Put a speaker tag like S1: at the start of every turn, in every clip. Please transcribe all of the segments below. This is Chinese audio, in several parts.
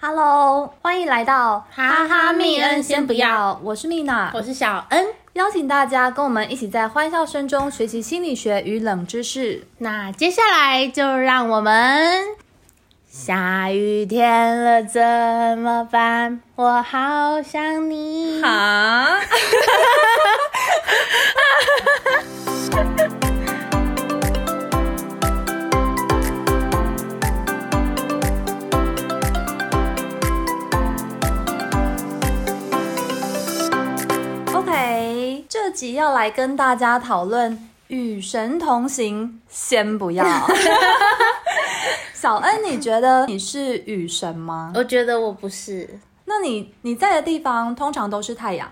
S1: Hello，欢迎来到
S2: 哈哈密恩先不要，
S1: 我是蜜娜，
S2: 我是小恩。
S1: 邀请大家跟我们一起在欢笑声中学习心理学与冷知识。
S2: 那接下来就让我们下雨天了怎么办？我好想你。
S1: 啊，OK，这集要来跟大家讨论与神同行，先不要。 小恩，你觉得你是雨神吗？
S2: 我觉得我不是，
S1: 那你你在的地方通常都是太阳，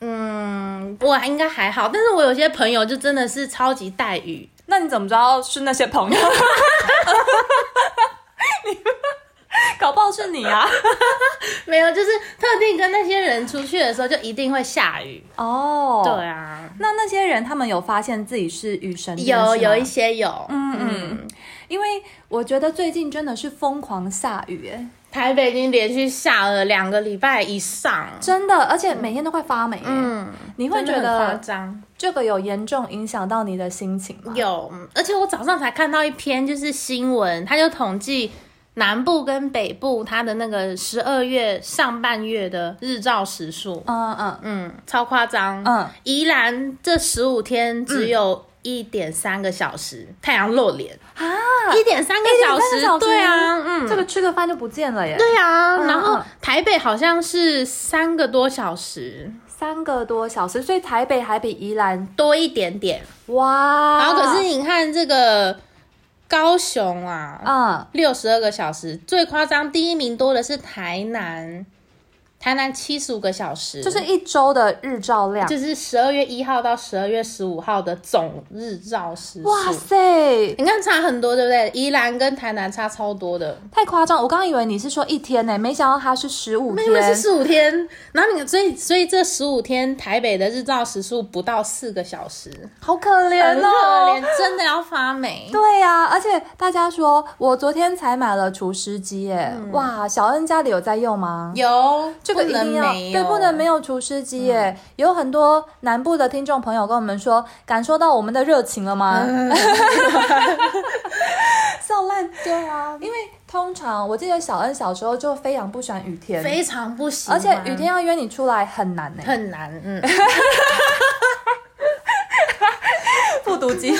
S2: 嗯，我应该还好，但是我有些朋友就真的是超级带雨，
S1: 那你怎么知道是那些朋友？ 搞不好是你啊！
S2: 没有，就是特定跟那些人出去的时候就一定会下雨。
S1: 哦，
S2: 对，啊，
S1: 那那些人他们有发现自己是雨神这件事吗？
S2: 有有一些有，
S1: 嗯嗯，因为我觉得最近真的是疯狂下雨，哎，
S2: 台北已经连续下了两个礼拜以上，
S1: 真的，而且每天都快发霉，嗯，
S2: 嗯，
S1: 你会觉
S2: 真的很夸
S1: 得
S2: 张。
S1: 这个有严重影响到你的心情吗？
S2: 有，而且我早上才看到一篇就是新闻，它就统计南部跟北部它的那个十二月上半月的日照时数，
S1: 嗯嗯
S2: 嗯，超夸张。
S1: 嗯，
S2: 宜兰这十五天只有一点三个小时太阳露脸，
S1: 啊，
S2: 一点三个小
S1: 1.3个小时
S2: 对啊，嗯，
S1: 这个吃个饭就不见了耶，
S2: 对啊。然后
S1: 嗯
S2: 台北好像是三个多小时
S1: 三个多小时，所以台北还比宜兰
S2: 多一点点，
S1: 哇，
S2: 然后可是你看这个高雄啊，
S1: 嗯。
S2: 六十二个小时，最夸张第一名多的是台南，台南七十五个小时，
S1: 就是一周的日照量。
S2: 就是十二月一号到十二月十五号的总日照时
S1: 哇
S2: 数。
S1: 塞，
S2: 你看差很多，对不对？宜兰跟台南差超多的，
S1: 太夸张！我刚刚以为你是说一天呢、没想到它是十五
S2: 因为是
S1: 天。
S2: 十五天，然后你所以所以这十五天台北的日照时数不到四个小时，
S1: 好可
S2: 很
S1: 怜
S2: 可
S1: 哦。
S2: 怜，真的要发霉。
S1: 对呀、而且大家说，我昨天才买了除湿机耶，
S2: 嗯
S1: 哇，小恩家里有在用吗？
S2: 有
S1: 这个
S2: 不
S1: 一
S2: 能
S1: 定要
S2: 没有，嗯
S1: 对，不能没有除湿机耶。有很多南部的听众朋友跟我们说，感受到我们的热情了吗？
S2: 嗯
S1: 笑烂，
S2: 对啊，
S1: 因为通常我记得小恩小时候就非常不喜欢雨天，
S2: 非常不喜
S1: 而
S2: 欢，
S1: 且雨天要约你出来很难欸呢、
S2: 很难，嗯。
S1: 复读机。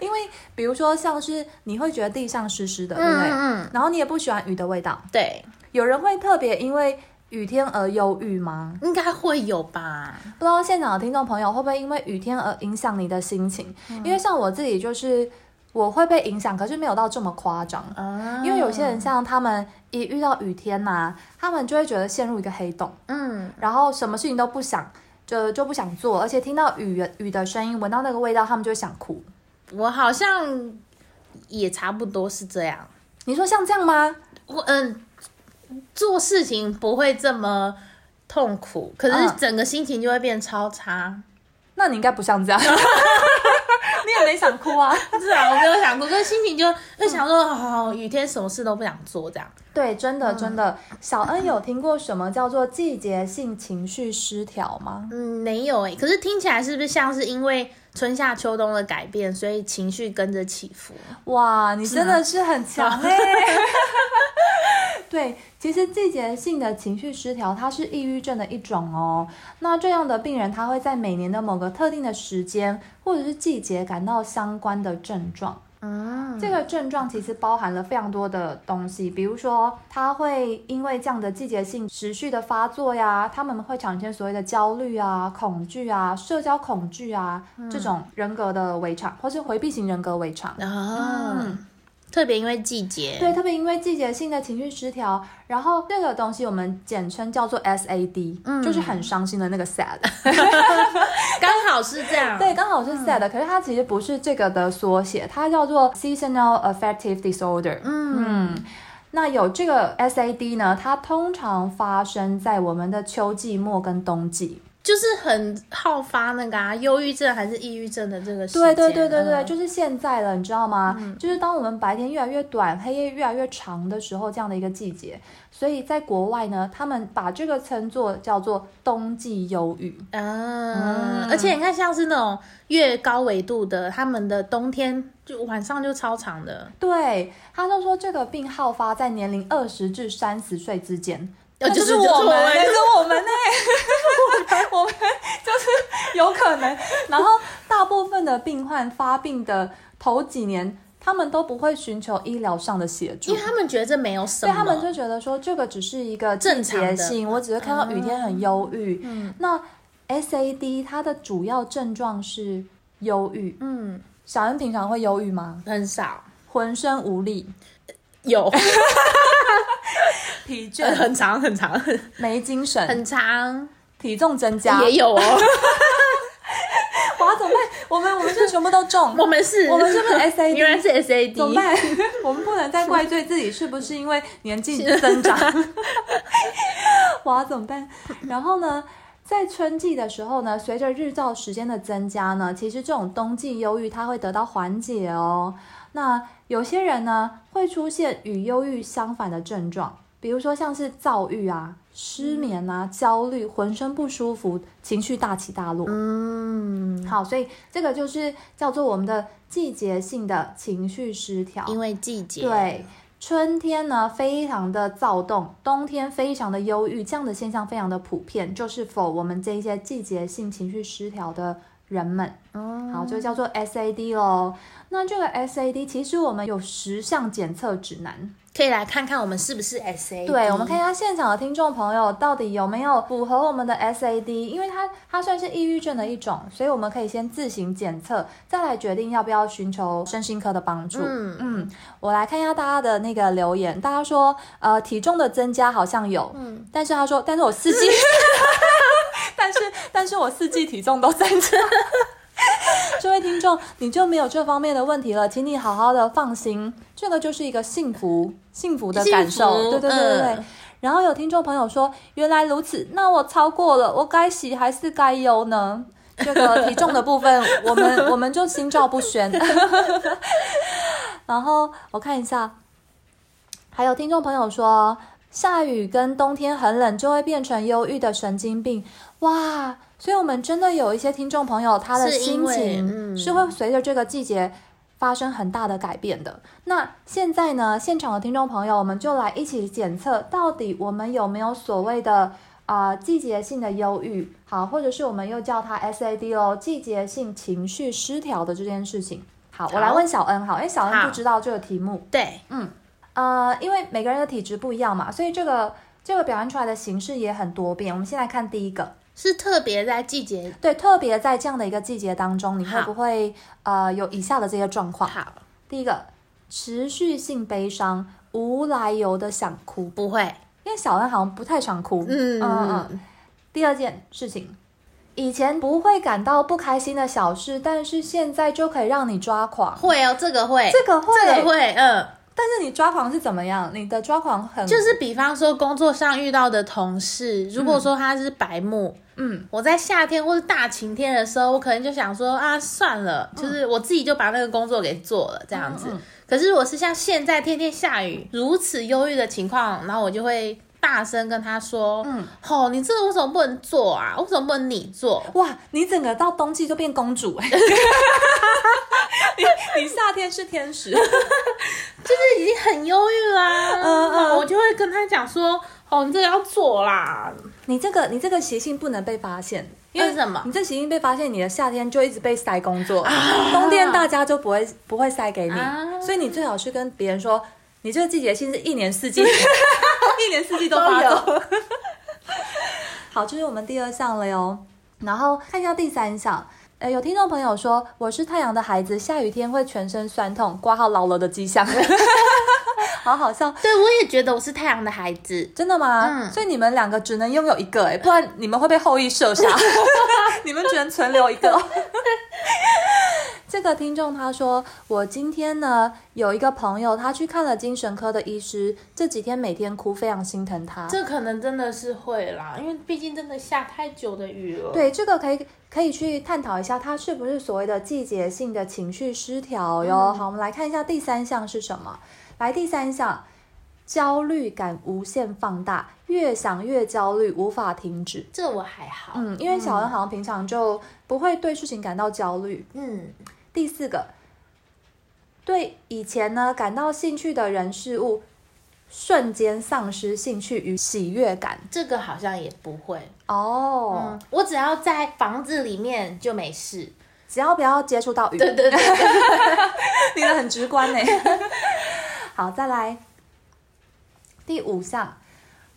S1: 因为比如说像是你会觉得地上湿湿的，对不对？
S2: 嗯
S1: 然后你也不喜欢雨的味道。
S2: 对，
S1: 有人会特别因为雨天而忧郁吗？
S2: 应该会有吧。
S1: 不知道现场的听众朋友会不会因为雨天而影响你的心情？
S2: 嗯
S1: 因为像我自己就是我会被影响，可是没有到这么夸张。
S2: 啊
S1: 因为有些人像他们一遇到雨天呐、他们就会觉得陷入一个黑洞。
S2: 嗯，
S1: 然后什么事情都不想，就就不想做，而且听到雨雨的声音，闻到那个味道，他们就会想哭。
S2: 我好像也差不多是这样。
S1: 你说像这样 吗？
S2: 我嗯，做事情不会这么痛苦，可是
S1: 嗯
S2: 整个心情就会变超 差。
S1: 那你应该不像这样，你也没想哭啊。
S2: 是啊，我没有想过，可是心情就就想说，哦，雨天什么事都不想做，这样。
S1: 对，真的真的，小恩有听过什么叫做季节性情绪失调吗？
S2: 嗯，没有诶、可是听起来是不是像是因为春夏秋冬的改变，所以情绪跟着起伏？
S1: 哇，你真的是很强烈。 对，其实季节性的情绪失调，它是抑郁症的一种哦。那这样的病人，他会在每年的某个特定的时间或者是季节感到相关的症状。
S2: 嗯，
S1: 这个症状其实包含了非常多的东西，比如说他会因为这样的季节性持续的发作呀，他们会产生所谓的焦虑啊、恐惧啊、社交恐惧啊、这种人格的围场，或是回避型人格围场。
S2: 啊，特别因为季节，
S1: 对，特别因为季节性的情绪失调，然后这个东西我们简称叫做 SAD，、就是很伤心的那个 sad。
S2: 刚好是这样。
S1: 对，刚好是 sad，、可是它其实不是这个的缩写，它叫做 seasonal affective disorder。嗯那有这个 SAD 呢，它通常发生在我们的秋季末跟冬季。
S2: 就是很好发那个啊，忧郁症还是抑郁症的这个时间
S1: 对对对对对，
S2: 嗯
S1: 就是现在了，你知道吗？就是当我们白天越来越短，黑夜越来越长的时候，这样的一个季节，所以在国外呢，他们把这个称作叫做冬季忧郁。
S2: 嗯，而且你看，像是那种越高纬度的，他们的冬天就晚上就超长的，
S1: 对，他就说这个病好发在年龄二十至三十岁之间。
S2: 呃
S1: 那
S2: 就是
S1: 我
S2: 就是我们
S1: 那就是我 们呢、 我们就是有可能。然后大部分的病患发病的头几年，他们都不会寻求医疗上的协助
S2: 因为，他们觉得这没有什
S1: 所以
S2: 么，
S1: 他们就觉得说这个只是一个
S2: 正
S1: 季
S2: 常
S1: 节
S2: 的
S1: 性，我只是看到雨天很忧郁。嗯，那 SAD 它的主要症状是忧郁。
S2: 嗯
S1: 小恩平常会忧郁吗？
S2: 很少
S1: 浑身无力、
S2: 有
S1: 疲倦、
S2: 很长很长很
S1: 呃没精神、
S2: 长
S1: 体重增加，
S2: 也 有哦，
S1: 哇，怎么办？我们我们是全部都中，
S2: 我们是
S1: 我们是不是 SAD
S2: 原来是
S1: 怎么
S2: SAD，
S1: 办？ 我们不能再怪罪自己是不是因为年纪增长，哇，怎么办？然后呢？在春季的时候呢，随着日照时间的增加呢，其实这种冬季忧郁它会得到缓解哦。那有些人呢会出现与忧郁相反的症状，比如说像是躁郁啊、失眠啊、焦虑、浑身不舒服、情绪大起大落。
S2: 嗯，
S1: 好，所以这个就是叫做我们的季节性的情绪失调。
S2: 因为季节，
S1: 对，春天呢非常的躁动，冬天非常的忧郁，这样的现象非常的普遍，就是否我们这一些季节性情绪失调的人们。
S2: 嗯，
S1: 好，就叫做 SAD 咯。那这个 SAD 其实我们有十项检测指南，
S2: 可以来看看我们是不是 SAD，
S1: 对，我们看一下现场的听众朋友到底有没有符合我们的 SAD，因为它它算是抑郁症的一种，所以我们可以先自行检测，再来决定要不要寻求身心科的帮助。
S2: 嗯
S1: 嗯，我来看一下大家的那个留言，大家说呃体重的增加好像有，嗯，但是他说，但是我四季，但是但是我四季体重都增加。 这位听众，你就没有这方面的问题了，请你好好的放心，这个就是一个幸福幸福的感
S2: 幸
S1: 受，
S2: 福
S1: 对对对对对。
S2: 嗯
S1: 然后有听众朋友说，原来如此，那我超过了，我该喜还是该忧呢？这个体重的部分，我们我 们就心照不宣。 然后我看一下，还有听众朋友说，下雨跟冬天很冷就会变成忧郁的神经病，哇！所以我们真的有一些听众朋友，他的
S2: 是
S1: 心
S2: 因为
S1: 情
S2: 嗯
S1: 是会随着这个季节发生很大的改变的。那现在呢，现场的听众朋友，我们就来一起检测，到底我们有没有所谓的啊、呃季节性的忧郁，好，或者是我们又叫它 SAD 哦，季节性情绪失调的这件事情。好，我来
S2: 好
S1: 问小恩好，因为小恩
S2: 好
S1: 不知道这个题目。
S2: 对，
S1: 呃，因为每个人的体质不一样嘛，所以这个这个表现出来的形式也很多变。我们先来看第一个，
S2: 是特别在季节
S1: 对，特别在这样的一个季节当中，你会
S2: 好
S1: 不会呃有以下的这些状况？
S2: 好，
S1: 第一个，持续性悲伤，无来由的想哭，
S2: 不会，
S1: 因为小恩好像不太常哭。
S2: 嗯
S1: 嗯嗯。第二件事情，以前不会感到不开心的小事，但是现在就可以让你抓狂。
S2: 会哦，这个会，
S1: 这个会，
S2: 这个会，嗯，
S1: 但是你抓狂是怎么样？你的抓狂很
S2: 就是比方说工作上遇到的同事，如果说他是白目，
S1: 嗯，
S2: 我在夏天或是大晴天的时候，我可能就想说啊，算了，就是我自己就把那个工作给做了这样子。
S1: 嗯嗯
S2: 可是我是像现在天天下雨，如此忧郁的情况，然后我就会。大声跟他说：“嗯，吼、你这个为什么不能做啊？为什么不能你做？
S1: 哇，你整个到冬季就变公主哎、 你你夏天是天使，
S2: 就是已经很忧郁啦。
S1: 嗯嗯
S2: 嗯，我就会跟他讲说：哦，你这个要做啦。
S1: 你这个你这个习性不能被发现，因
S2: 为什么
S1: 你这习性被发现，你的夏天就一直被塞工作，冬天大家就不会不会塞给你，
S2: 啊
S1: 所以你最好是跟别人说，你这个季节性是一年四 季，一年四季都发作。 好，这是我们第二项了哟。然后看一下第三项，呃，有听众朋友说我是太阳的孩子，下雨天会全身酸痛，挂号老了的迹象， 好好笑。
S2: 对，我也觉得我是太阳的孩子。
S1: 真的吗？
S2: 嗯
S1: 所以你们两个只能拥有一个、哎，不 然你们会被后羿射杀，你们只能存留一个。这个听众他说，我今天呢有一个朋友，他去看了精神科的医师，这几天每天哭，非常心疼他。
S2: 这可能真的是会啦，因为毕竟真的下太久的雨了。，
S1: 对，这个可以可以去探讨一下，它是不是所谓的季节性的情绪失调
S2: 嗯
S1: 哟。好，我们来看一下第三项是什么。来，第三项，焦虑感无限放大，越想越焦虑，无法停止。
S2: 这我还好。
S1: 嗯，因为小恩好像平常就不会对事情感到焦虑。
S2: 嗯，
S1: 第四个，对以前呢感到兴趣的人事物，瞬间丧失兴趣与喜悦感。
S2: 这个好像也不会。
S1: 哦，
S2: 嗯，我只要在房子里面就没事。
S1: 只要不要接触到鱼，
S2: 对对对，
S1: 你的很直观呢。 好，再来第五项，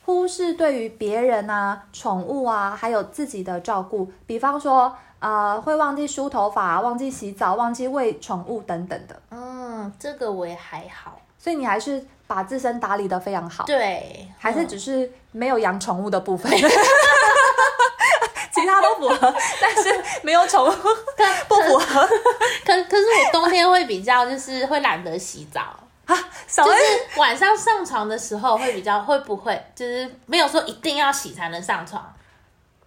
S1: 忽视对于别人啊、宠物啊，还有自己的照顾，比方说呃，会忘记梳头发、忘记洗澡、忘记喂宠物等等的，
S2: 嗯，这个我也还好。
S1: 所以你还是把自身打理的非常好，
S2: 对，
S1: 还是
S2: 嗯
S1: 只是没有养宠物的部分。 其他都符合，但是没有宠物不符合。
S2: 可可是我冬天会比较就是会懒得洗澡，
S1: 小
S2: 就
S1: 薇
S2: 是晚上上床的时候会比较会不会就是没有说一定要洗才能上床，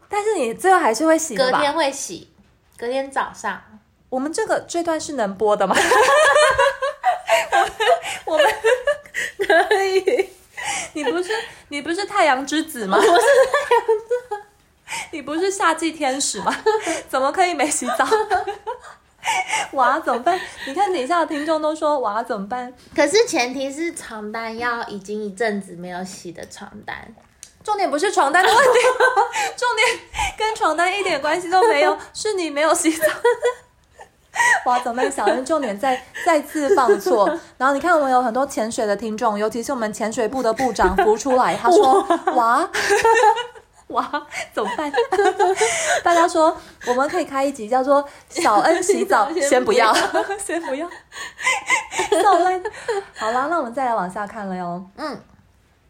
S1: 但是你最后还是会洗
S2: 隔
S1: 的吧？
S2: 天会洗，隔天早上。
S1: 我们这个这段是能播的吗？ 我们我 们可以。你不是你不是太阳之子吗？我是太阳之子。你不是夏季天使吗？怎么可以没洗澡？ 哇，怎么办？你看底下的听众都说哇，怎么办？
S2: 可是前提是床单要已经一阵子没有洗的床单，
S1: 重点不是床单的问题， 重点跟床单一点关系都没 有，是你没有洗澡。哇，怎么办？小恩重点再再次放错。然后你看，我们有很多潜水的听众，尤其是我们潜水部的部长浮出来，他说：“哇 哇，怎么办？” 大家说，我们可以开一集叫做“小恩洗澡 先
S2: 先
S1: 不
S2: 不
S1: 要
S2: 要”，
S1: 先不要。小恩，好啦，那我们再来往下看了哟。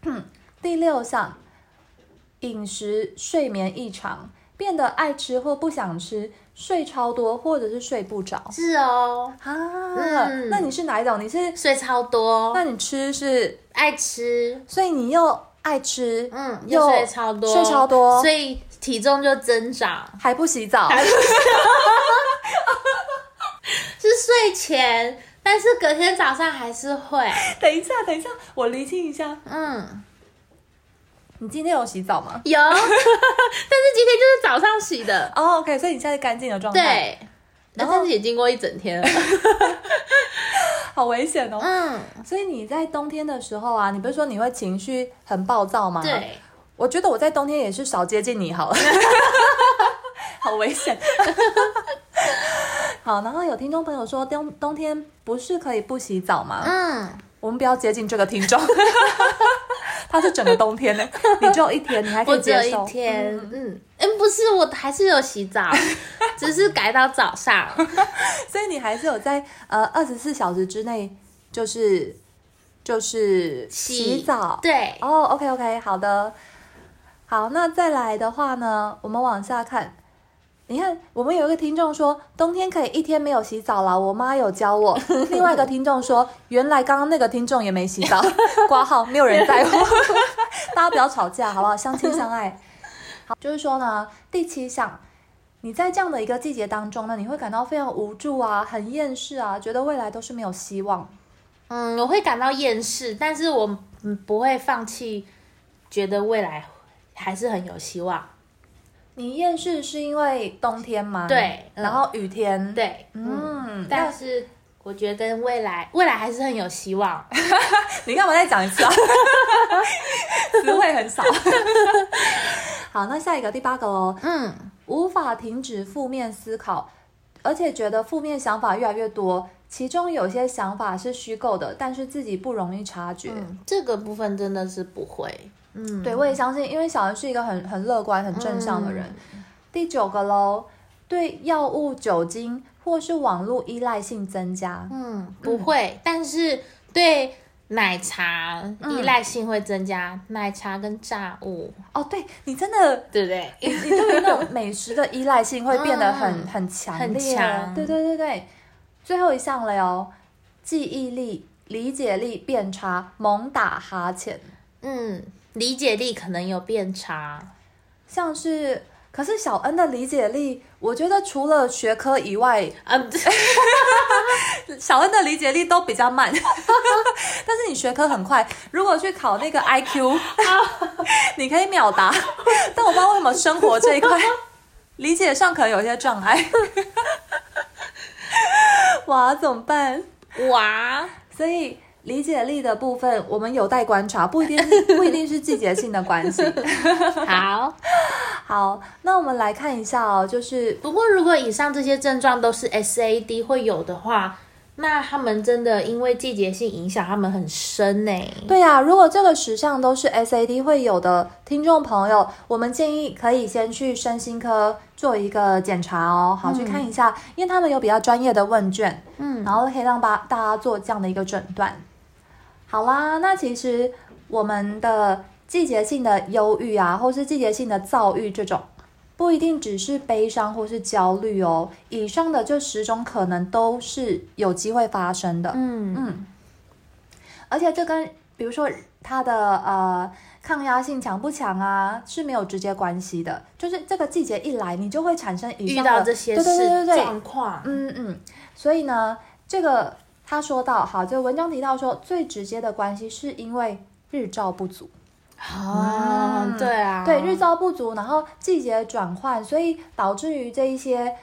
S2: 嗯，
S1: 第六项，饮食睡眠异常，变得爱吃或不想吃，睡超多或者是睡不着
S2: 是哦，
S1: 啊、
S2: 嗯
S1: 那你是哪一种？你是
S2: 睡超多，
S1: 那你吃是，
S2: 爱吃，
S1: 所以你又爱吃，
S2: 嗯，
S1: 又
S2: 又睡超多，
S1: 睡超多
S2: 所以体重就增长。
S1: 还不洗澡，
S2: 是睡前，但是隔天早上还是会，
S1: 等一下，等一下，我厘清一下，
S2: 嗯，
S1: 你今天有洗澡吗？
S2: 有，但是今天就是早上洗的，
S1: 哦、o k 所以你现在是干净的状态，
S2: 对，
S1: 然
S2: 那
S1: 后
S2: 但是也经过一整天了，
S1: 对，好危险哦。
S2: 嗯，
S1: 所以你在冬天的时候啊，你不是说你会情绪很暴躁吗？，
S2: 对，
S1: 我觉得我在冬天也是少接近你 好了，好危险。 好，然后有听众朋友说冬冬天不是可以不洗澡吗？
S2: 嗯，
S1: 我们不要接近这个听众， 他是整个冬天呢，你只有一天，你还可
S2: 我
S1: 以
S2: 只有
S1: 接受。
S2: 一天，嗯，嗯，不是，我还是有 洗澡，只是改到早上，
S1: 所以你还是有在呃二十四小时之内，就是就是洗澡。
S2: 对，
S1: 哦、o k OK，好的，好，那再来的话呢，我们往下看。你看，我们有一个听众说，冬天可以一天没有洗澡啦，我妈有教我。另外一个听众说，原来刚刚那个听众也没洗澡， 挂号，没有人在乎。 大家不要吵架，好不好？相亲相爱。好，就是说呢，第七项，你在这样的一个季节当中呢，你会感到非常无助啊，很厌世啊，觉得未来都是没有希望。
S2: 嗯，我会感到厌世，但是我嗯不会放弃，觉得未来还是很有希望，
S1: 你厌世是因为冬天吗？
S2: 对嗯
S1: 然后雨天。，
S2: 对，嗯，
S1: 嗯，
S2: 但
S1: 但
S2: 是我觉得跟未来，未来还是很有希望。
S1: 你干嘛再讲一 次啊？词汇很少。 好，那下一个第八个哦，
S2: 嗯，
S1: 无法停止负面思考，而且觉得负面想法越来越多，其中有些想法是虚构的，但是自己不容易察觉。
S2: 嗯这个部分真的是不会。嗯，
S1: 对，我也相信，因为小恩是一个很很乐观、很正向的人。
S2: 嗯
S1: 第九个喽，对药物、酒精或是网络依赖性增加。
S2: 嗯，不会，但是对奶茶依
S1: 嗯
S2: 赖性会增加，奶茶跟炸物，
S1: 哦，对你真的
S2: 对不对？
S1: 你对于那种美食的依赖性会变得很、
S2: 嗯
S1: 很强
S2: 很
S1: 烈，
S2: 强
S1: 对对对对。最后一项了哟，记忆力、理解力变差，猛打哈欠，
S2: 嗯，理解力可能有变差。
S1: 像是。可是小恩的理解力，我觉得除了学科以外，
S2: 嗯，
S1: 小恩的理解力都比较慢， 但是你学科很快。如果去考那个 IQ，你 可以秒答。但我不知道为什么生活这一块理解上可能有一些障碍。哇，怎么办？
S2: 哇，
S1: 所以理解力的部分，我们有待观察，不一定是不一定是季节性的关系。
S2: 好。
S1: 好，那我们来看一下哦，就是
S2: 不过，如果以上这些症状都是 SAD 会有的话，那他们真的因为季节性影响，他们很深呢、
S1: 对呀、如果这个十项都是 SAD 会有的听众朋友，我们建议可以先去身心科做一个检查哦，好、去看一下，因为他们有比较专业的问卷，嗯，然后可以让大大家做这样的一个诊断。好啦，那其实我们的季节性的忧郁啊，或是季节性的躁郁这种。不一定只是悲伤或是焦虑哦，以上的这十种可能都是有机会发生的。
S2: 嗯，
S1: 而且这跟比如说它的呃抗压性强不强啊是没有直接关系的，就是这个季节一来，你就会产生以
S2: 遇
S1: 上的
S2: 到这些
S1: 对对对
S2: 事
S1: 对对，
S2: 状况，
S1: 嗯嗯，所以呢，这个他说到，好，这个文章提到说，最直接的关系是因为日照不足，
S2: 哦，对啊，
S1: 对，日照不足，然后季节转换，所以导致于这一些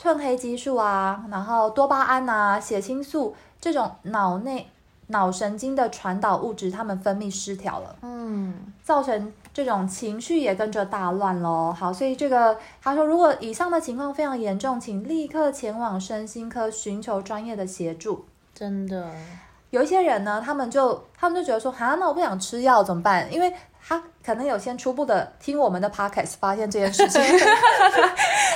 S1: 褪黑激素啊，然后多巴胺啊、血清素这种脑内脑神经的传导物质，它们分泌失调了，
S2: 嗯，
S1: 造成这种情绪也跟着大乱喽。好，所以这个他说，如果以上的情况非常严重，请立刻前往身心科寻求专业的协助。
S2: 真的，
S1: 有一些人呢，他们就他们就觉得说，哈，那我不想吃药怎么办？因为他可能有先初步的听我们的 podcast 发现这件事情，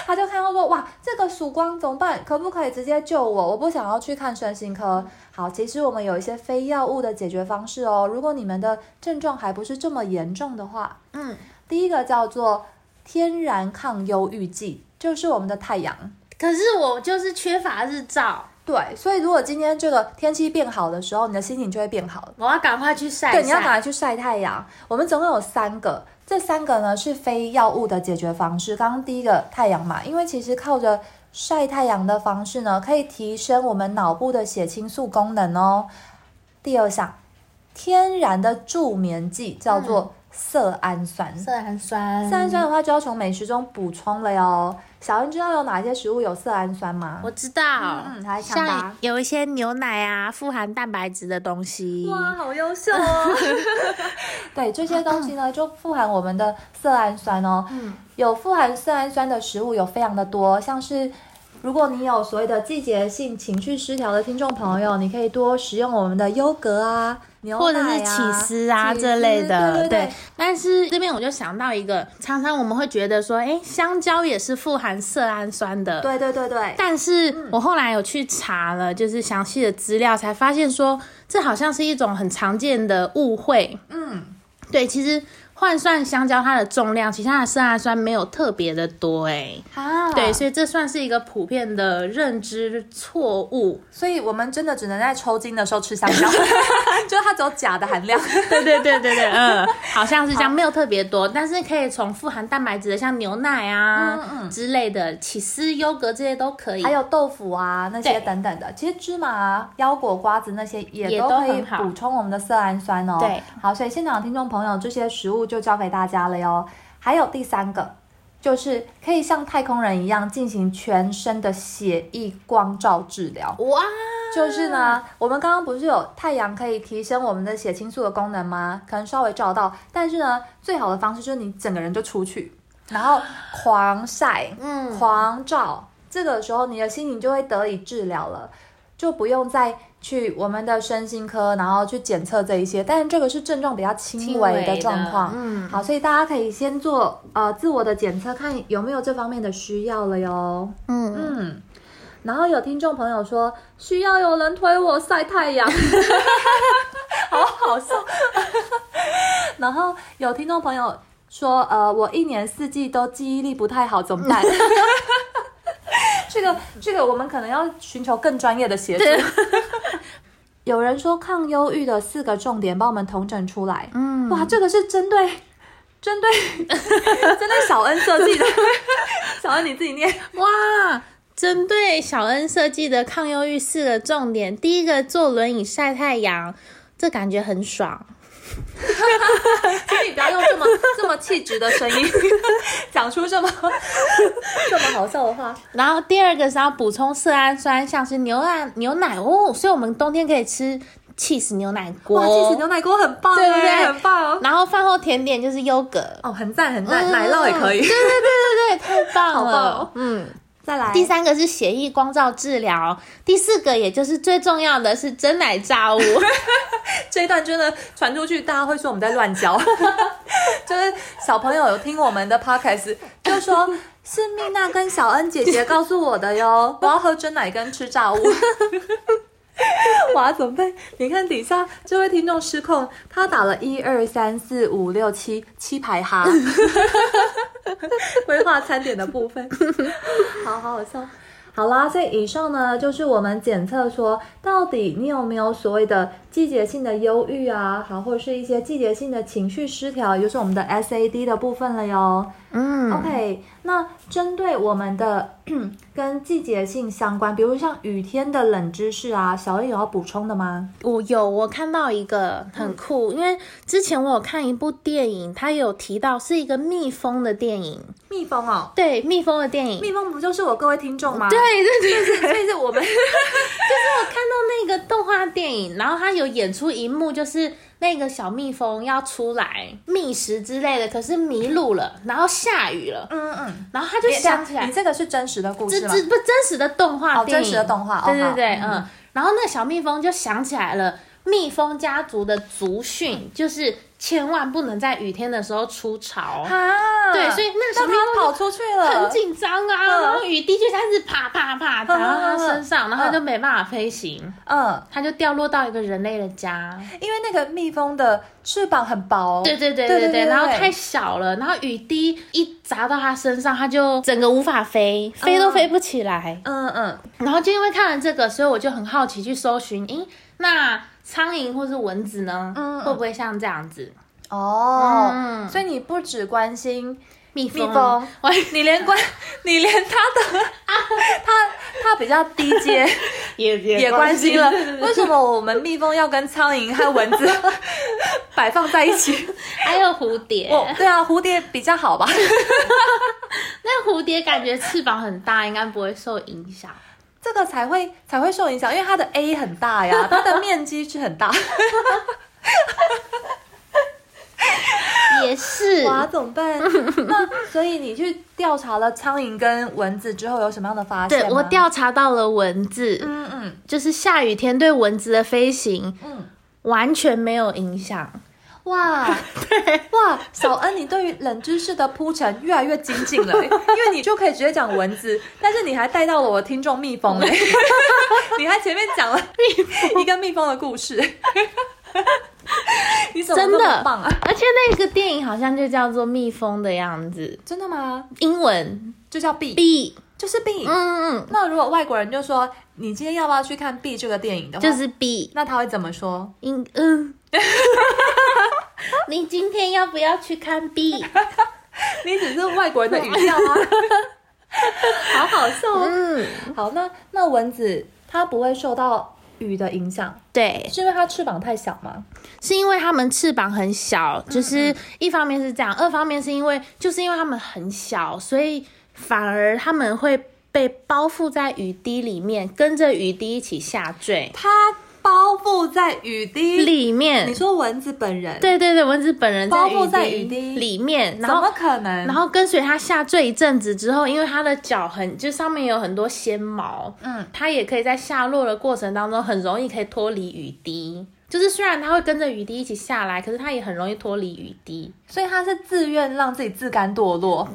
S1: 他就看到说，哇，这个曙光怎么办？可不可以直接救我？我不想要去看身心科。好，其实我们有一些非药物的解决方式哦。如果你们的症状还不是这么严重的话，
S2: 嗯，
S1: 第一个叫做天然抗忧郁剂，就是我们的太阳。
S2: 可是我就是缺乏日照，
S1: 对，所以如果今天这个天气变好的时候，你的心情就会变好。
S2: 我要赶快去晒晒，
S1: 对，你要赶快去晒太阳。我们总共有三个，这三个呢是非药物的解决方式。刚刚第一个太阳嘛，因为其实靠着晒太阳的方式呢，可以提升我们脑部的血清素功能哦。第二项，天然的助眠剂叫做色氨酸。
S2: 嗯色氨酸，
S1: 色氨酸的话，就要从美食中补充了哟。小恩知道有哪些食物有色氨酸吗？
S2: 我知道，
S1: 嗯嗯来想
S2: 像
S1: 吧
S2: 有一些牛奶啊，富含蛋白质的东西，
S1: 哇，好优秀哦！ 对，这些东西 呢，就富含我们的色氨酸哦。
S2: 嗯，
S1: 有富含色氨酸的食物有非常的多，像是如果你有所谓的季节性情绪失调的听众朋友，你可以多食用我们的优格啊、牛奶啊、
S2: 或者是起司啊
S1: 起
S2: 这类的，
S1: 对对对
S2: 但是这边我就想到一个，常常我们会觉得说，哎、香蕉也是富含色氨酸的。。
S1: 对嗯对对对，
S2: 但是我后来有去查了，就是详细的资料，才发现说这好像是一种很常见的误会。
S1: 嗯，
S2: 对，其实换算香蕉它的重量，其实它的色氨酸没有特别的多、哎。
S1: 啊，
S2: 对，，所以这算是一个普遍的认知错误。
S1: 所以我们真的只能在抽筋的时候吃香蕉， 就是它只有钾的含量。
S2: 对对对对对， 嗯，好像是这样，没有特别多，但是可以从富含蛋白质的，像牛奶啊、之类的，起司、优格这些都可以。
S1: 还有豆腐啊那些
S2: 对
S1: 等等的，其实芝麻、啊、腰果、瓜子那些也
S2: 也
S1: 都
S2: 都
S1: 可以
S2: 很好
S1: 补充我们的色氨酸哦。
S2: 对，
S1: 好，所以现场听众朋友，这些食物就交给大家了哟。还有第三个，就是可以像太空人一样进行全身的血液光照治疗。
S2: 哇，
S1: 就是呢，我们刚刚不是有太阳可以提升我们的血清素的功能吗？可能稍微照到，但是呢，最好的方式就是你整个人就出去，然后狂晒，
S2: 嗯
S1: 狂照，这个时候你的心情就会得以治疗了，就不用再去我们的身心科，然后去检测这一些。但是这个是症状比较轻
S2: 轻
S1: 微
S2: 微
S1: 的
S2: 的
S1: 状况，
S2: 嗯
S1: 好，所以大家可以先做呃自我的检测，看有没有这方面的需要了哟。
S2: 嗯，
S1: 嗯，然后有听众朋友说需要有人推我晒太阳， 好好笑。 然后有听众朋友 说，呃，我一年四季都记忆力不太好，怎么办？去这个这个我们可能要寻求更专业的协助。 有人说抗忧郁的四个重点，帮我们统整出来。嗯，哇，这个是针对针 对针对小恩设 计的，小恩你自己念。
S2: 哇！针对小恩设计的抗忧郁四个重点，第一个坐轮椅晒太阳，这感觉很爽。
S1: 请你不要用这 么这么气质的声音 讲出 这么这么好笑的话。
S2: 然后第二个是要补充色氨酸，像是牛奶牛奶哦，所以我们冬天可以吃 cheese 牛奶锅，
S1: 哇，其实牛奶锅很棒哎，
S2: 对不对
S1: 很棒哦。
S2: 然后饭后甜点就是优格，嗯
S1: 哦，很赞很赞，奶酪也可以
S2: 对。对对对对，太棒
S1: 好
S2: 了，
S1: 棒哦
S2: 嗯。
S1: 再来，
S2: 第三个是血液光照治疗，第四个也就是最重要的是真奶炸 物，
S1: 这一段真的传出去，大家会说我们在乱教。 就是小朋友有听我们的 podcast，就说是蜜娜跟小恩姐姐告诉我的哟，我要喝真奶跟吃炸物。哇，怎么办？你看底下这位听众失控，他打了一二三四五六七七排哈， 规划餐点的部分，好好好笑。好啦，所以以上呢，就是我们检测说，到底你有没有所谓的季节性的忧郁啊，好，或者是一些季节性的情绪失调，也就是我们的 SAD 的部分了哟。
S2: 嗯
S1: OK，那针对我们的嗯跟季节性相关，比如像雨天的冷知识啊，小恩有要补充的吗？
S2: 我有我看到一个很酷，因为之前我有看一部电影，它有提到是一个蜜蜂的电影，
S1: 蜜蜂哦，
S2: 对，蜜蜂的电影，
S1: 蜜蜂不就是我各位听众吗？
S2: 对，对对对，
S1: 所以是我们
S2: 我看到那个动画电影，然后它有演出一幕，就是那个小蜜蜂要出来觅食之类的，可是迷路了，然后下雨了，
S1: 嗯嗯，
S2: 然后 他就想起来
S1: 你，这个是真实的故
S2: 这
S1: 事吗
S2: 这？不真实的动画
S1: 哦
S2: 电影，
S1: 真实的动画哦
S2: 对对
S1: 好
S2: 对，嗯。然后那个小蜜蜂就想起来了，蜜蜂家族的族训就是千万不能在雨天的时候出巢，
S1: 啊，
S2: 对，所以那个
S1: 那
S2: 小蜜蜂
S1: 它跑出去了，
S2: 很紧张啊，
S1: 嗯
S2: 然后雨滴就开始啪啪啪打到它身
S1: 嗯嗯
S2: 上，
S1: 嗯
S2: 然后它就没办法飞行，
S1: 嗯，
S2: 它就掉落到一个人类的家。
S1: 因为那个蜜蜂的翅膀很薄，
S2: 对对对
S1: 对
S2: 对
S1: 对
S2: 然后太
S1: 开
S2: 小了，然后雨滴一砸到它身上，它就整个无法飞，飞都飞不起来。
S1: 嗯嗯，
S2: 然后就因为看了这个，所以我就很好奇去搜寻，咦，那苍蝇或是蚊子呢？
S1: 嗯嗯
S2: 会不会像这样子？
S1: 哦，
S2: 嗯
S1: 所以你不只关心
S2: 蜜
S1: 蜜
S2: 蜂，
S1: 蜂
S2: 我
S1: 你连关 你连它的 它它比较低 阶
S2: 也也
S1: 也关心了， 为什么我们蜜蜂要跟苍蝇和蚊子 摆放在一 起？
S2: 还有蝴蝶。
S1: 哦，对啊，蝴蝶比较好吧？
S2: 那蝴蝶感觉翅膀很大，应该不会受影响。
S1: 这个才会才会受影响，因为它的 A 很大呀，它的面积是很大。
S2: 也是，
S1: 哇，怎么 办？那所以你去调查了苍蝇跟蚊子之后，有什么样的发现
S2: 对
S1: 吗？
S2: 我调查到了蚊子，
S1: 嗯嗯
S2: 就是下雨天对蚊子的飞行
S1: 嗯，
S2: 完全没有影响。
S1: 哇，哇，小恩，你对于冷知识的铺陈越来越精进 了，因为你就可以直接讲蚊子，但是你还带到了我听众蜜蜂 嘞，你还前面讲了一个蜜蜂的故 事，你怎么
S2: 真
S1: 这么
S2: 的
S1: 棒啊？
S2: 而且那个电影好像就叫做《蜜蜂》的样子，
S1: 真的吗？
S2: 英文
S1: 就叫 B，,
S2: B，
S1: 就是 B。
S2: 嗯嗯，
S1: 那如果外国人就说你今天要不要去看 B 这个电影的话，
S2: 就是 B，
S1: 那他会怎么说？
S2: 英 嗯。你今天要不要去看 B？
S1: 你只是外国人的语调啊， 好好笑哦。
S2: 嗯，
S1: 好，那那蚊子它不会受到雨的影响，
S2: 对，
S1: 是因为它翅膀太小吗？
S2: 是因为它们翅膀很小，
S1: 嗯
S2: 就是一方面是这样，二方面是因为就是因为它们很小，所以反而它们会被包覆在雨滴里面，跟着雨滴一起下坠。
S1: 它包覆在雨滴。
S2: 里面
S1: 你，说蚊子本人，，
S2: 对对对，蚊子本人
S1: 包覆在
S2: 雨
S1: 雨滴
S2: 里面，
S1: 怎
S2: 然后
S1: 么可能？
S2: 然后跟随它下坠一阵子之后，因为它的脚很，就上面有很多纤毛，
S1: 嗯，
S2: 它也可以在下落的过程当中很容易可以脱离雨滴。就是虽然它会跟着雨滴一起下来，可是它也很容易脱离雨滴。
S1: 所以它是自愿让自己自甘堕落？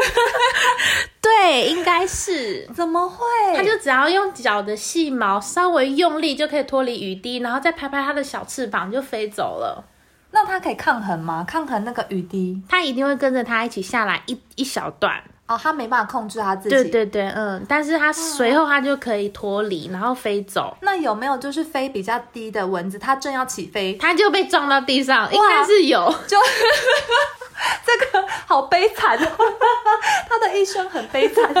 S2: 对，应该是。
S1: 怎么会？
S2: 它就只要用脚的细毛稍微用力就可以脱离雨滴，然后再拍拍它的小翅膀就飞走了。
S1: 那它可以抗衡吗？抗衡那个雨滴？
S2: 它一定会跟着它一起下来一一小段。
S1: 哦，他没办法控制他自己。
S2: 对对对，嗯，但是它随后它就可以脱离，然后飞走，
S1: 那有没有就是飞比较低的蚊子，它正要起飞，
S2: 它就被撞到地上，应该是有。
S1: 就 这个好悲惨哦，它的一生很悲 惨。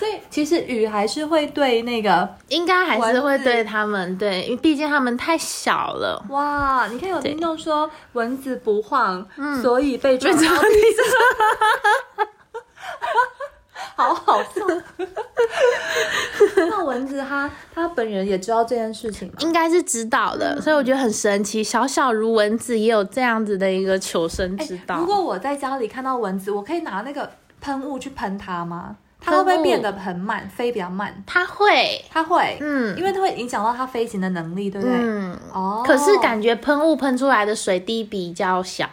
S1: 所以其实雨还是会对那个
S2: 应该还是会
S1: 蚊子
S2: 对他们对，因为毕竟他们太小了。
S1: 哇，你看有
S2: 对
S1: 听众说蚊子不晃，所以嗯被
S2: 被
S1: 撞
S2: 撞
S1: 到
S2: 到地上，
S1: 好好笑。 那蚊子它它本人也知道这件事情吗？
S2: 应该是知道
S1: 嗯
S2: 的，所以我觉得很神奇。小小如蚊子也有这样子的一个求生之道。
S1: 哎如果我在家里看到蚊子，我可以拿那个喷雾去喷它吗？它会不
S2: 喷
S1: 会
S2: 雾
S1: 变得很慢，飞比较慢？
S2: 它会，
S1: 它会，
S2: 嗯
S1: 因为它会影响到它飞行的能力，对不对？
S2: 嗯，
S1: 哦，
S2: 可是感觉喷雾喷出来的水滴比较小，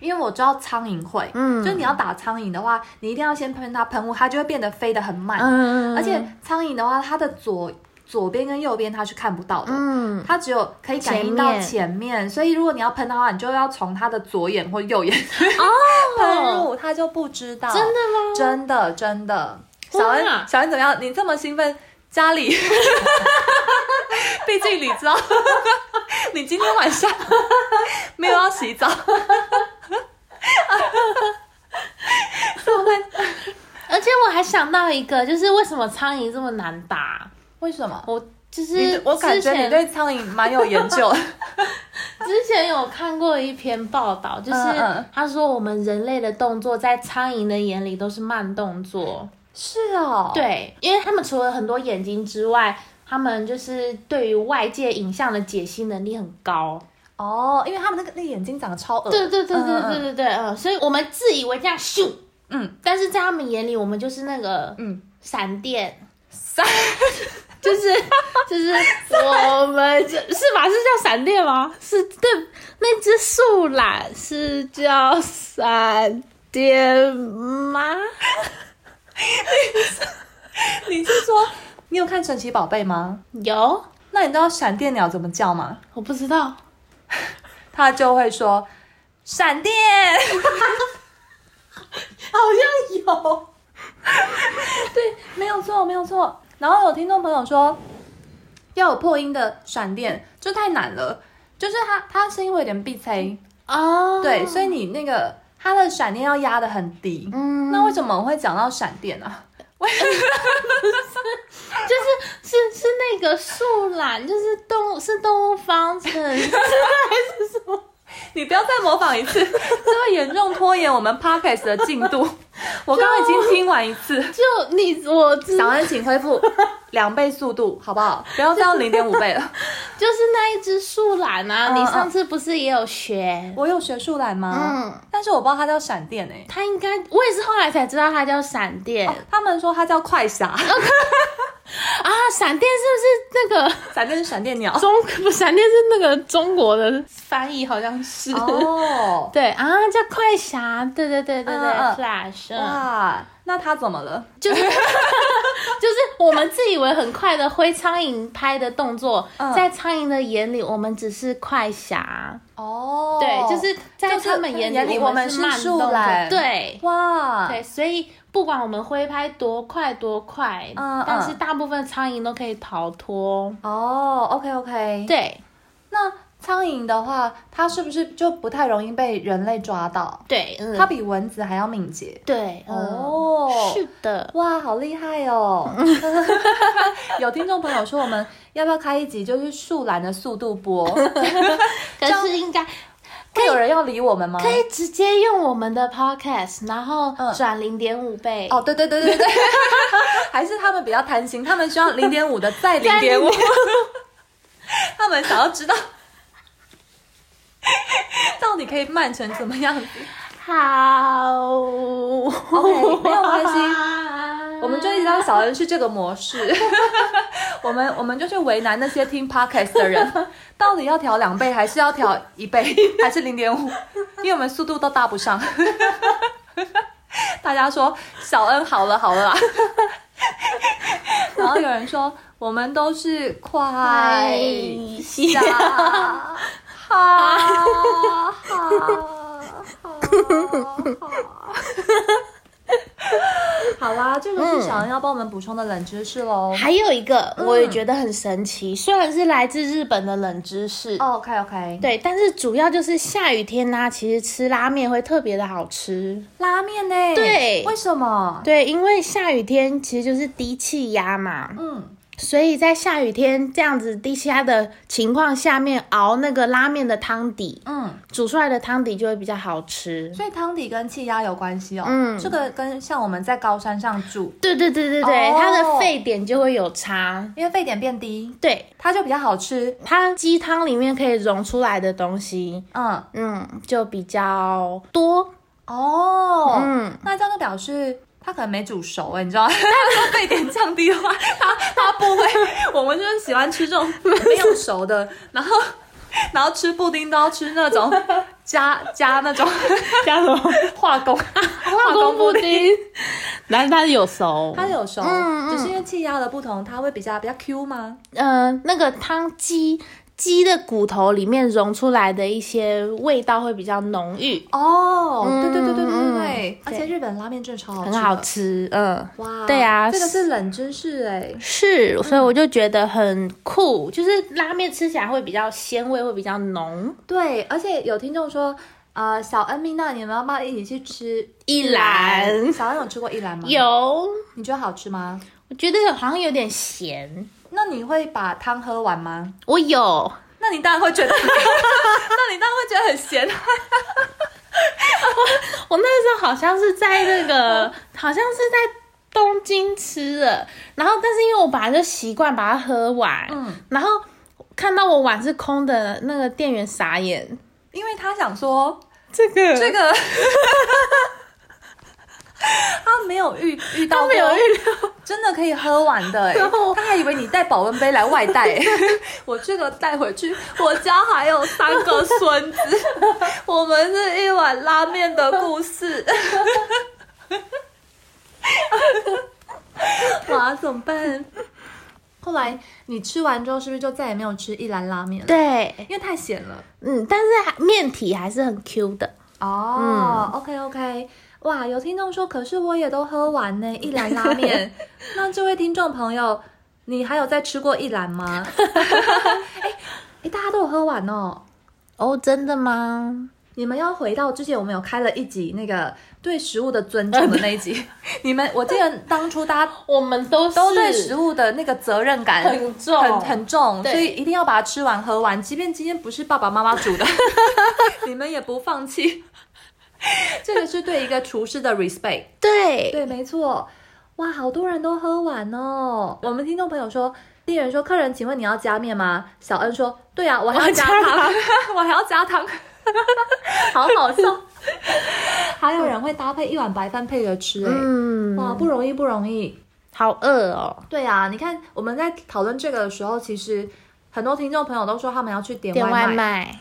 S1: 因为我知道苍蝇会，
S2: 嗯
S1: 就你要打苍蝇的话，你一定要先喷它喷雾，它就会变得飞得很慢。
S2: 嗯，
S1: 而且苍蝇的话，它的左左边跟右边它是看不到的，
S2: 嗯，
S1: 它只有可以感应到
S2: 前面
S1: 前面，所以如果你要喷它的话，你就要从它的左眼或右眼
S2: 哦
S1: 喷入，它就不知道。
S2: 真的吗？
S1: 真的真的，
S2: 哇
S1: 小恩小恩怎么样？你这么兴奋，家里， 毕竟你知道， 你今天晚上 没有要洗澡。
S2: 而且我还想到一个，就是为什么苍蝇这么难打？
S1: 为什么？
S2: 我就是
S1: 你我感觉你
S2: 之前
S1: 对苍蝇蛮有研 究。
S2: 之前有看过一篇报道，就是
S1: 嗯嗯
S2: 他说我们人类的动作在苍蝇的眼里都是慢动作，
S1: 是哦，，
S2: 对，因为他们除了很多眼睛之外，他们就是对于外界影像的解析能力很高。
S1: 哦，因为他们那个那个眼睛长得超恶，
S2: 对对对对
S1: 嗯嗯
S2: 对对对，嗯，所以我们自以为这样咻，
S1: 嗯，
S2: 但是在他们眼里，我们就是那个
S1: 嗯，
S2: 闪电，
S1: 三，
S2: 就是就是我们就是吧？是叫闪电吗？是对，那只树懒是叫闪电吗？
S1: 你是说你有看神奇宝贝吗？
S2: 有，
S1: 那你知道闪电鸟怎么叫吗？
S2: 我不知道，
S1: 它就会说闪 电，
S2: 好像有，
S1: 对，没有错，没有错。然后有听众朋友说，要有破音的闪电，这太难了，就是它它声音会有点闭塞，
S2: 哦，
S1: 对，所以你那个它的闪电要压得很低。
S2: 嗯，
S1: 那为什么我会讲到闪电呢、啊？
S2: 就是是是那个树懒，就是动物是动物方程。
S1: 你不要再模仿一次， 这会严重拖延我们 podcast 的进度。我刚刚已经听完一次，
S2: 就你我知
S1: 小恩，请恢 复两倍速度，好不好？不要再用零点五倍了。
S2: 就是那一只树懒啊，
S1: 嗯
S2: 你上次不是也有学？
S1: 我有学树懒吗？
S2: 嗯，
S1: 但是我不知道它叫闪电诶、
S2: 它应该我也是后来才知道它叫闪电、
S1: 哦他们说它叫快 侠，
S2: 啊，闪电是不是那个
S1: 闪电是闪电鸟。
S2: 中 不闪电是那个中国的翻译好像 是。
S1: 哦，
S2: 对啊，叫快侠，对对对对对、
S1: 嗯嗯
S2: f l a s h
S1: 哇，那它怎么了？
S2: 就是 就是我们自以为很快的挥苍蝇拍的动作，
S1: 嗯
S2: 在苍蝇的眼里，我们只是快侠。
S1: 哦，
S2: 对，就是在
S1: 就是
S2: 他们眼
S1: 眼里
S2: 里，
S1: 我们
S2: 们
S1: 是
S2: 慢
S1: 树
S2: 动作
S1: 懒
S2: 对。
S1: 哇，
S2: 对，所以不管我们挥拍多快多快，
S1: 嗯嗯
S2: 但是大部分苍蝇都可以逃脱。
S1: 哦，OK OK，
S2: 对
S1: 那苍蝇的话，它是不是就不太容易被人类抓到？
S2: 对，嗯，
S1: 它比蚊子还要敏捷。
S2: 对，嗯
S1: 哦
S2: 是的，
S1: 哇，好厉害哦！ 有听众朋友说，我们要不要开一集就是树懒的速度 播？
S2: 可是应该
S1: 会有人要理我们吗？
S2: 可以直接用我们的 podcast，然后
S1: 嗯
S2: 转零点五倍。
S1: 哦，对对对对 对，还是他们比较贪心，他们需要零点五的再零点 五，他们想要知道 到底可以慢成怎么样子。
S2: 好
S1: OK，没有关系
S2: 系
S1: 我们就一直让小恩是这个模式， 我们我们就去为难那些听 podcast 的人，到底要调两倍还是要调一倍还是零点五？因为我们速度都搭不上。 大家说小恩好了好了啦， 然后有人说我们都是快下
S2: 下
S1: 哈哈哈哈哈。好啦，这就是小恩要帮我们补充的冷知识喽。
S2: 还有一个我也觉得很神奇，虽然是来自日本的冷知识，
S1: OK OK，
S2: 对，但是主要就是下雨天呢、其实吃拉面会特别的好吃。
S1: 拉面呢、
S2: 对
S1: 为什么？
S2: 对，因为下雨天其实就是低气压嘛，
S1: 嗯，
S2: 所以在下雨天这样子低气压的情况下面熬那个拉面的汤底，
S1: 嗯，
S2: 煮出来的汤底就会比较好吃。
S1: 所以汤底跟气压有关系哦。
S2: 嗯
S1: 这个跟像我们在高山上住，
S2: 对对对对对，
S1: 哦
S2: 它的沸点就会有差。
S1: 因为沸点变低，
S2: 对，
S1: 它就比较好吃。
S2: 它鸡汤里面可以溶出来的东西，
S1: 嗯，
S2: 嗯，就比较多。
S1: 哦，
S2: 嗯，
S1: 那这样就表示。它可能没煮熟哎、你知道吗？ 它如果沸点降低的话，它它不会。我们就是喜欢吃这种没有熟的，然后 然后吃布丁都要吃那种 加加那种
S2: 加什 么？
S1: 化工
S2: 化
S1: 化
S2: 工布
S1: 布丁，
S2: 丁。 然后它有熟，
S1: 它有熟，
S2: 嗯嗯
S1: 只是因为气压的不同，它会比较比较 Q 吗？
S2: 呃，那个汤鸡鸡的骨头里面溶出来的一些味道会比较浓郁，
S1: 哦，
S2: 嗯
S1: 对对对对对对
S2: 嗯
S1: 对，而且
S2: 对
S1: 日本拉面真的超好吃，
S2: 很好，吃。嗯，
S1: 哇，
S2: 对啊
S1: 这个是冷知识哎，
S2: 是，所以我就觉得很酷，就是拉面吃起来会比较鲜味，会比较浓。
S1: 对，而且有听众说。呃，小恩蜜娜，你们要不要一起去吃
S2: 一兰
S1: 小恩有吃过一兰吗？，
S2: 有，
S1: 你觉得好吃吗？
S2: 我觉得好像有点咸。
S1: 那你会把汤喝完吗？
S2: 我有，
S1: 那你当然会觉得， 那你当然会觉得很咸。啊
S2: 我那时候好像是在那个，好像是在东京吃的，然后但是因为我本来就习惯把它喝完，
S1: 嗯
S2: 然后看到我碗是空的，那个店员傻眼，
S1: 因为他想说，
S2: 这个
S1: 这 个他没有遇遇到
S2: 他
S1: 过，
S2: 没有预料，
S1: 真的可以喝完的、欸
S2: 然后，
S1: 他还以为你带保温杯来外带、欸 我这个带回去，我家还有三个孙 子，我们是一碗拉面的故 事。哇，怎么办？后来你吃完之后，是不是就再也没有吃一兰拉面了？，
S2: 对，
S1: 因为太咸了。
S2: 嗯，但是还面体还是很 Q 的，
S1: 哦、o k OK，哇，有听众说，可是我也都喝完呢，一兰拉面。那这位听众朋友，你还有在吃过一兰吗？哎、哎大家都有喝完哦。
S2: 哦，真的吗？
S1: 你们要回到之前，我们有开了一集那个对食物的尊重的那一集。 你们，我记得当初大家
S2: 我们都是
S1: 都对食物的那个责任感
S2: 很重
S1: 很很重，
S2: 对
S1: 所以一定要把它吃完喝完，即便今天不是爸爸妈妈煮的， 你们也不放弃。 这个是对一个厨师的 respect。
S2: 对，
S1: 对，没错。哇，好多人都喝完哦。我们听众朋友说，店员说：“客人，请问你要加面吗？”小恩说：“对啊，我还要加
S2: 我要加
S1: 汤， 我还要加汤。”好好笑。还有人会搭配一碗白饭配着吃、哎、
S2: 嗯，
S1: 哇，不容易，不容易。
S2: 好饿哦，
S1: 对啊，你看我们在讨论这个的时候，其实很多听众朋友都说他们要去点
S2: 点
S1: 外
S2: 外卖，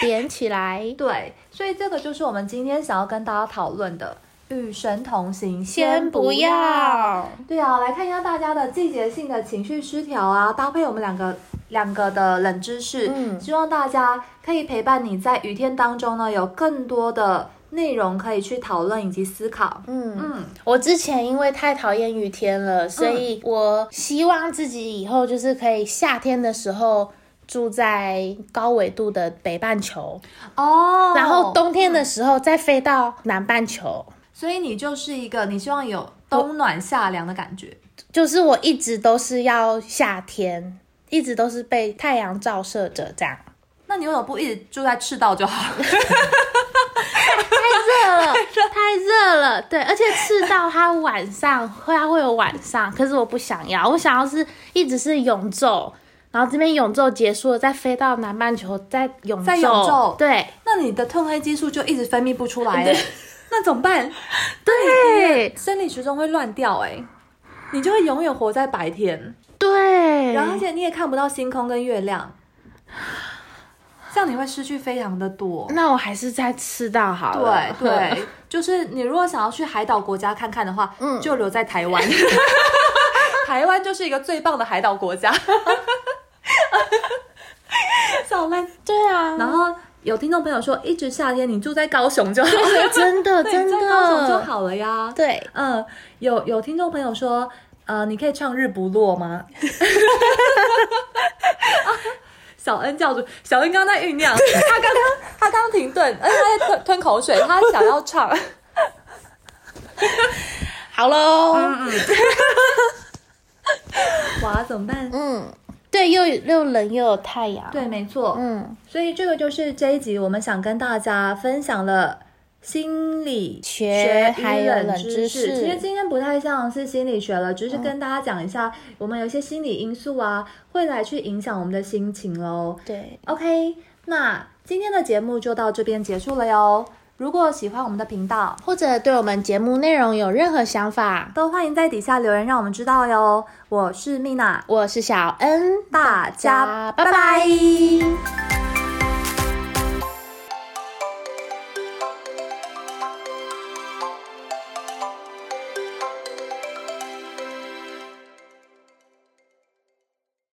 S2: 点起来，
S1: 对，所以这个就是我们今天想要跟大家讨论的“与神同行，
S2: 先不。要。
S1: 对啊，来看一下大家的季节性的情绪失调啊，搭配我们两个两个的冷知识，
S2: 嗯
S1: 希望大家可以陪伴你在雨天当中呢，有更多的内容可以去讨论以及思考。
S2: 嗯，
S1: 嗯，
S2: 我之前因为太讨厌雨天了，所以我希望自己以后就是可以夏天的时候住在高纬度的北半球，
S1: 哦，
S2: 然后，冬天的时候再飞到南半球。
S1: 所以你就是一个你希望有冬暖夏凉的感觉。
S2: 就是我一直都是要夏天，一直都是被太阳照射着这样。
S1: 那你为什么不一直住在赤道就好？
S2: 太热了，太热了，对，而且赤道它晚上会它会有晚上，可是我不想要，我想要是一直是永昼，然后这边永昼结束了，再飞到南半球，再永
S1: 再永昼
S2: 对
S1: 那你的褪黑激素就一直分泌不出来欸
S2: 对，
S1: 那怎么办？
S2: 对
S1: 生理时钟会乱掉哎、你就会永远活在白天，
S2: 对，
S1: 然后而且你也看不到星空跟月亮，这样你会失去非常的多。
S2: 那我还是在赤道好
S1: 对
S2: 了，
S1: 对，就是你如果想要去海岛国家看看的话，
S2: 嗯
S1: 就留在台 湾。台湾就是一个最棒的海 岛国家。小兰，
S2: 对啊，
S1: 然后有听众朋友说，一直夏天你住在高雄就好了，
S2: 真的
S1: 对
S2: 真
S1: 你在高雄就
S2: 的，
S1: 好了呀。
S2: 对，
S1: 嗯，有有听众朋友说，呃，你可以唱《日不落》吗？ 啊小恩教主，小恩刚刚在酝酿，他刚刚他刚刚停顿，而且他在吞吞口水，他想要唱。
S2: 好喽，
S1: 哇，怎么办？
S2: 嗯，对，又又冷又有太阳，，
S1: 对，没错，
S2: 嗯，
S1: 所以这个就是这一集我们想跟大家分享了。心理
S2: 学
S1: 与
S2: 还有
S1: 冷
S2: 冷
S1: 知
S2: 知
S1: 识，
S2: 识嗯
S1: 其实今天不太像是心理学了，只是跟大家讲一下，我们有一些心理因素啊，会来去影响我们的心情喽。
S2: 对，
S1: OK，那今天的节目就到这边结束了哟。如果喜欢我们的频道，
S2: 或者对我们节目内容有任何想法，
S1: 都欢迎在底下留言，让我们知道哟。我是蜜娜，
S2: 我是小恩，
S1: 大家
S2: 拜
S1: 拜
S2: 拜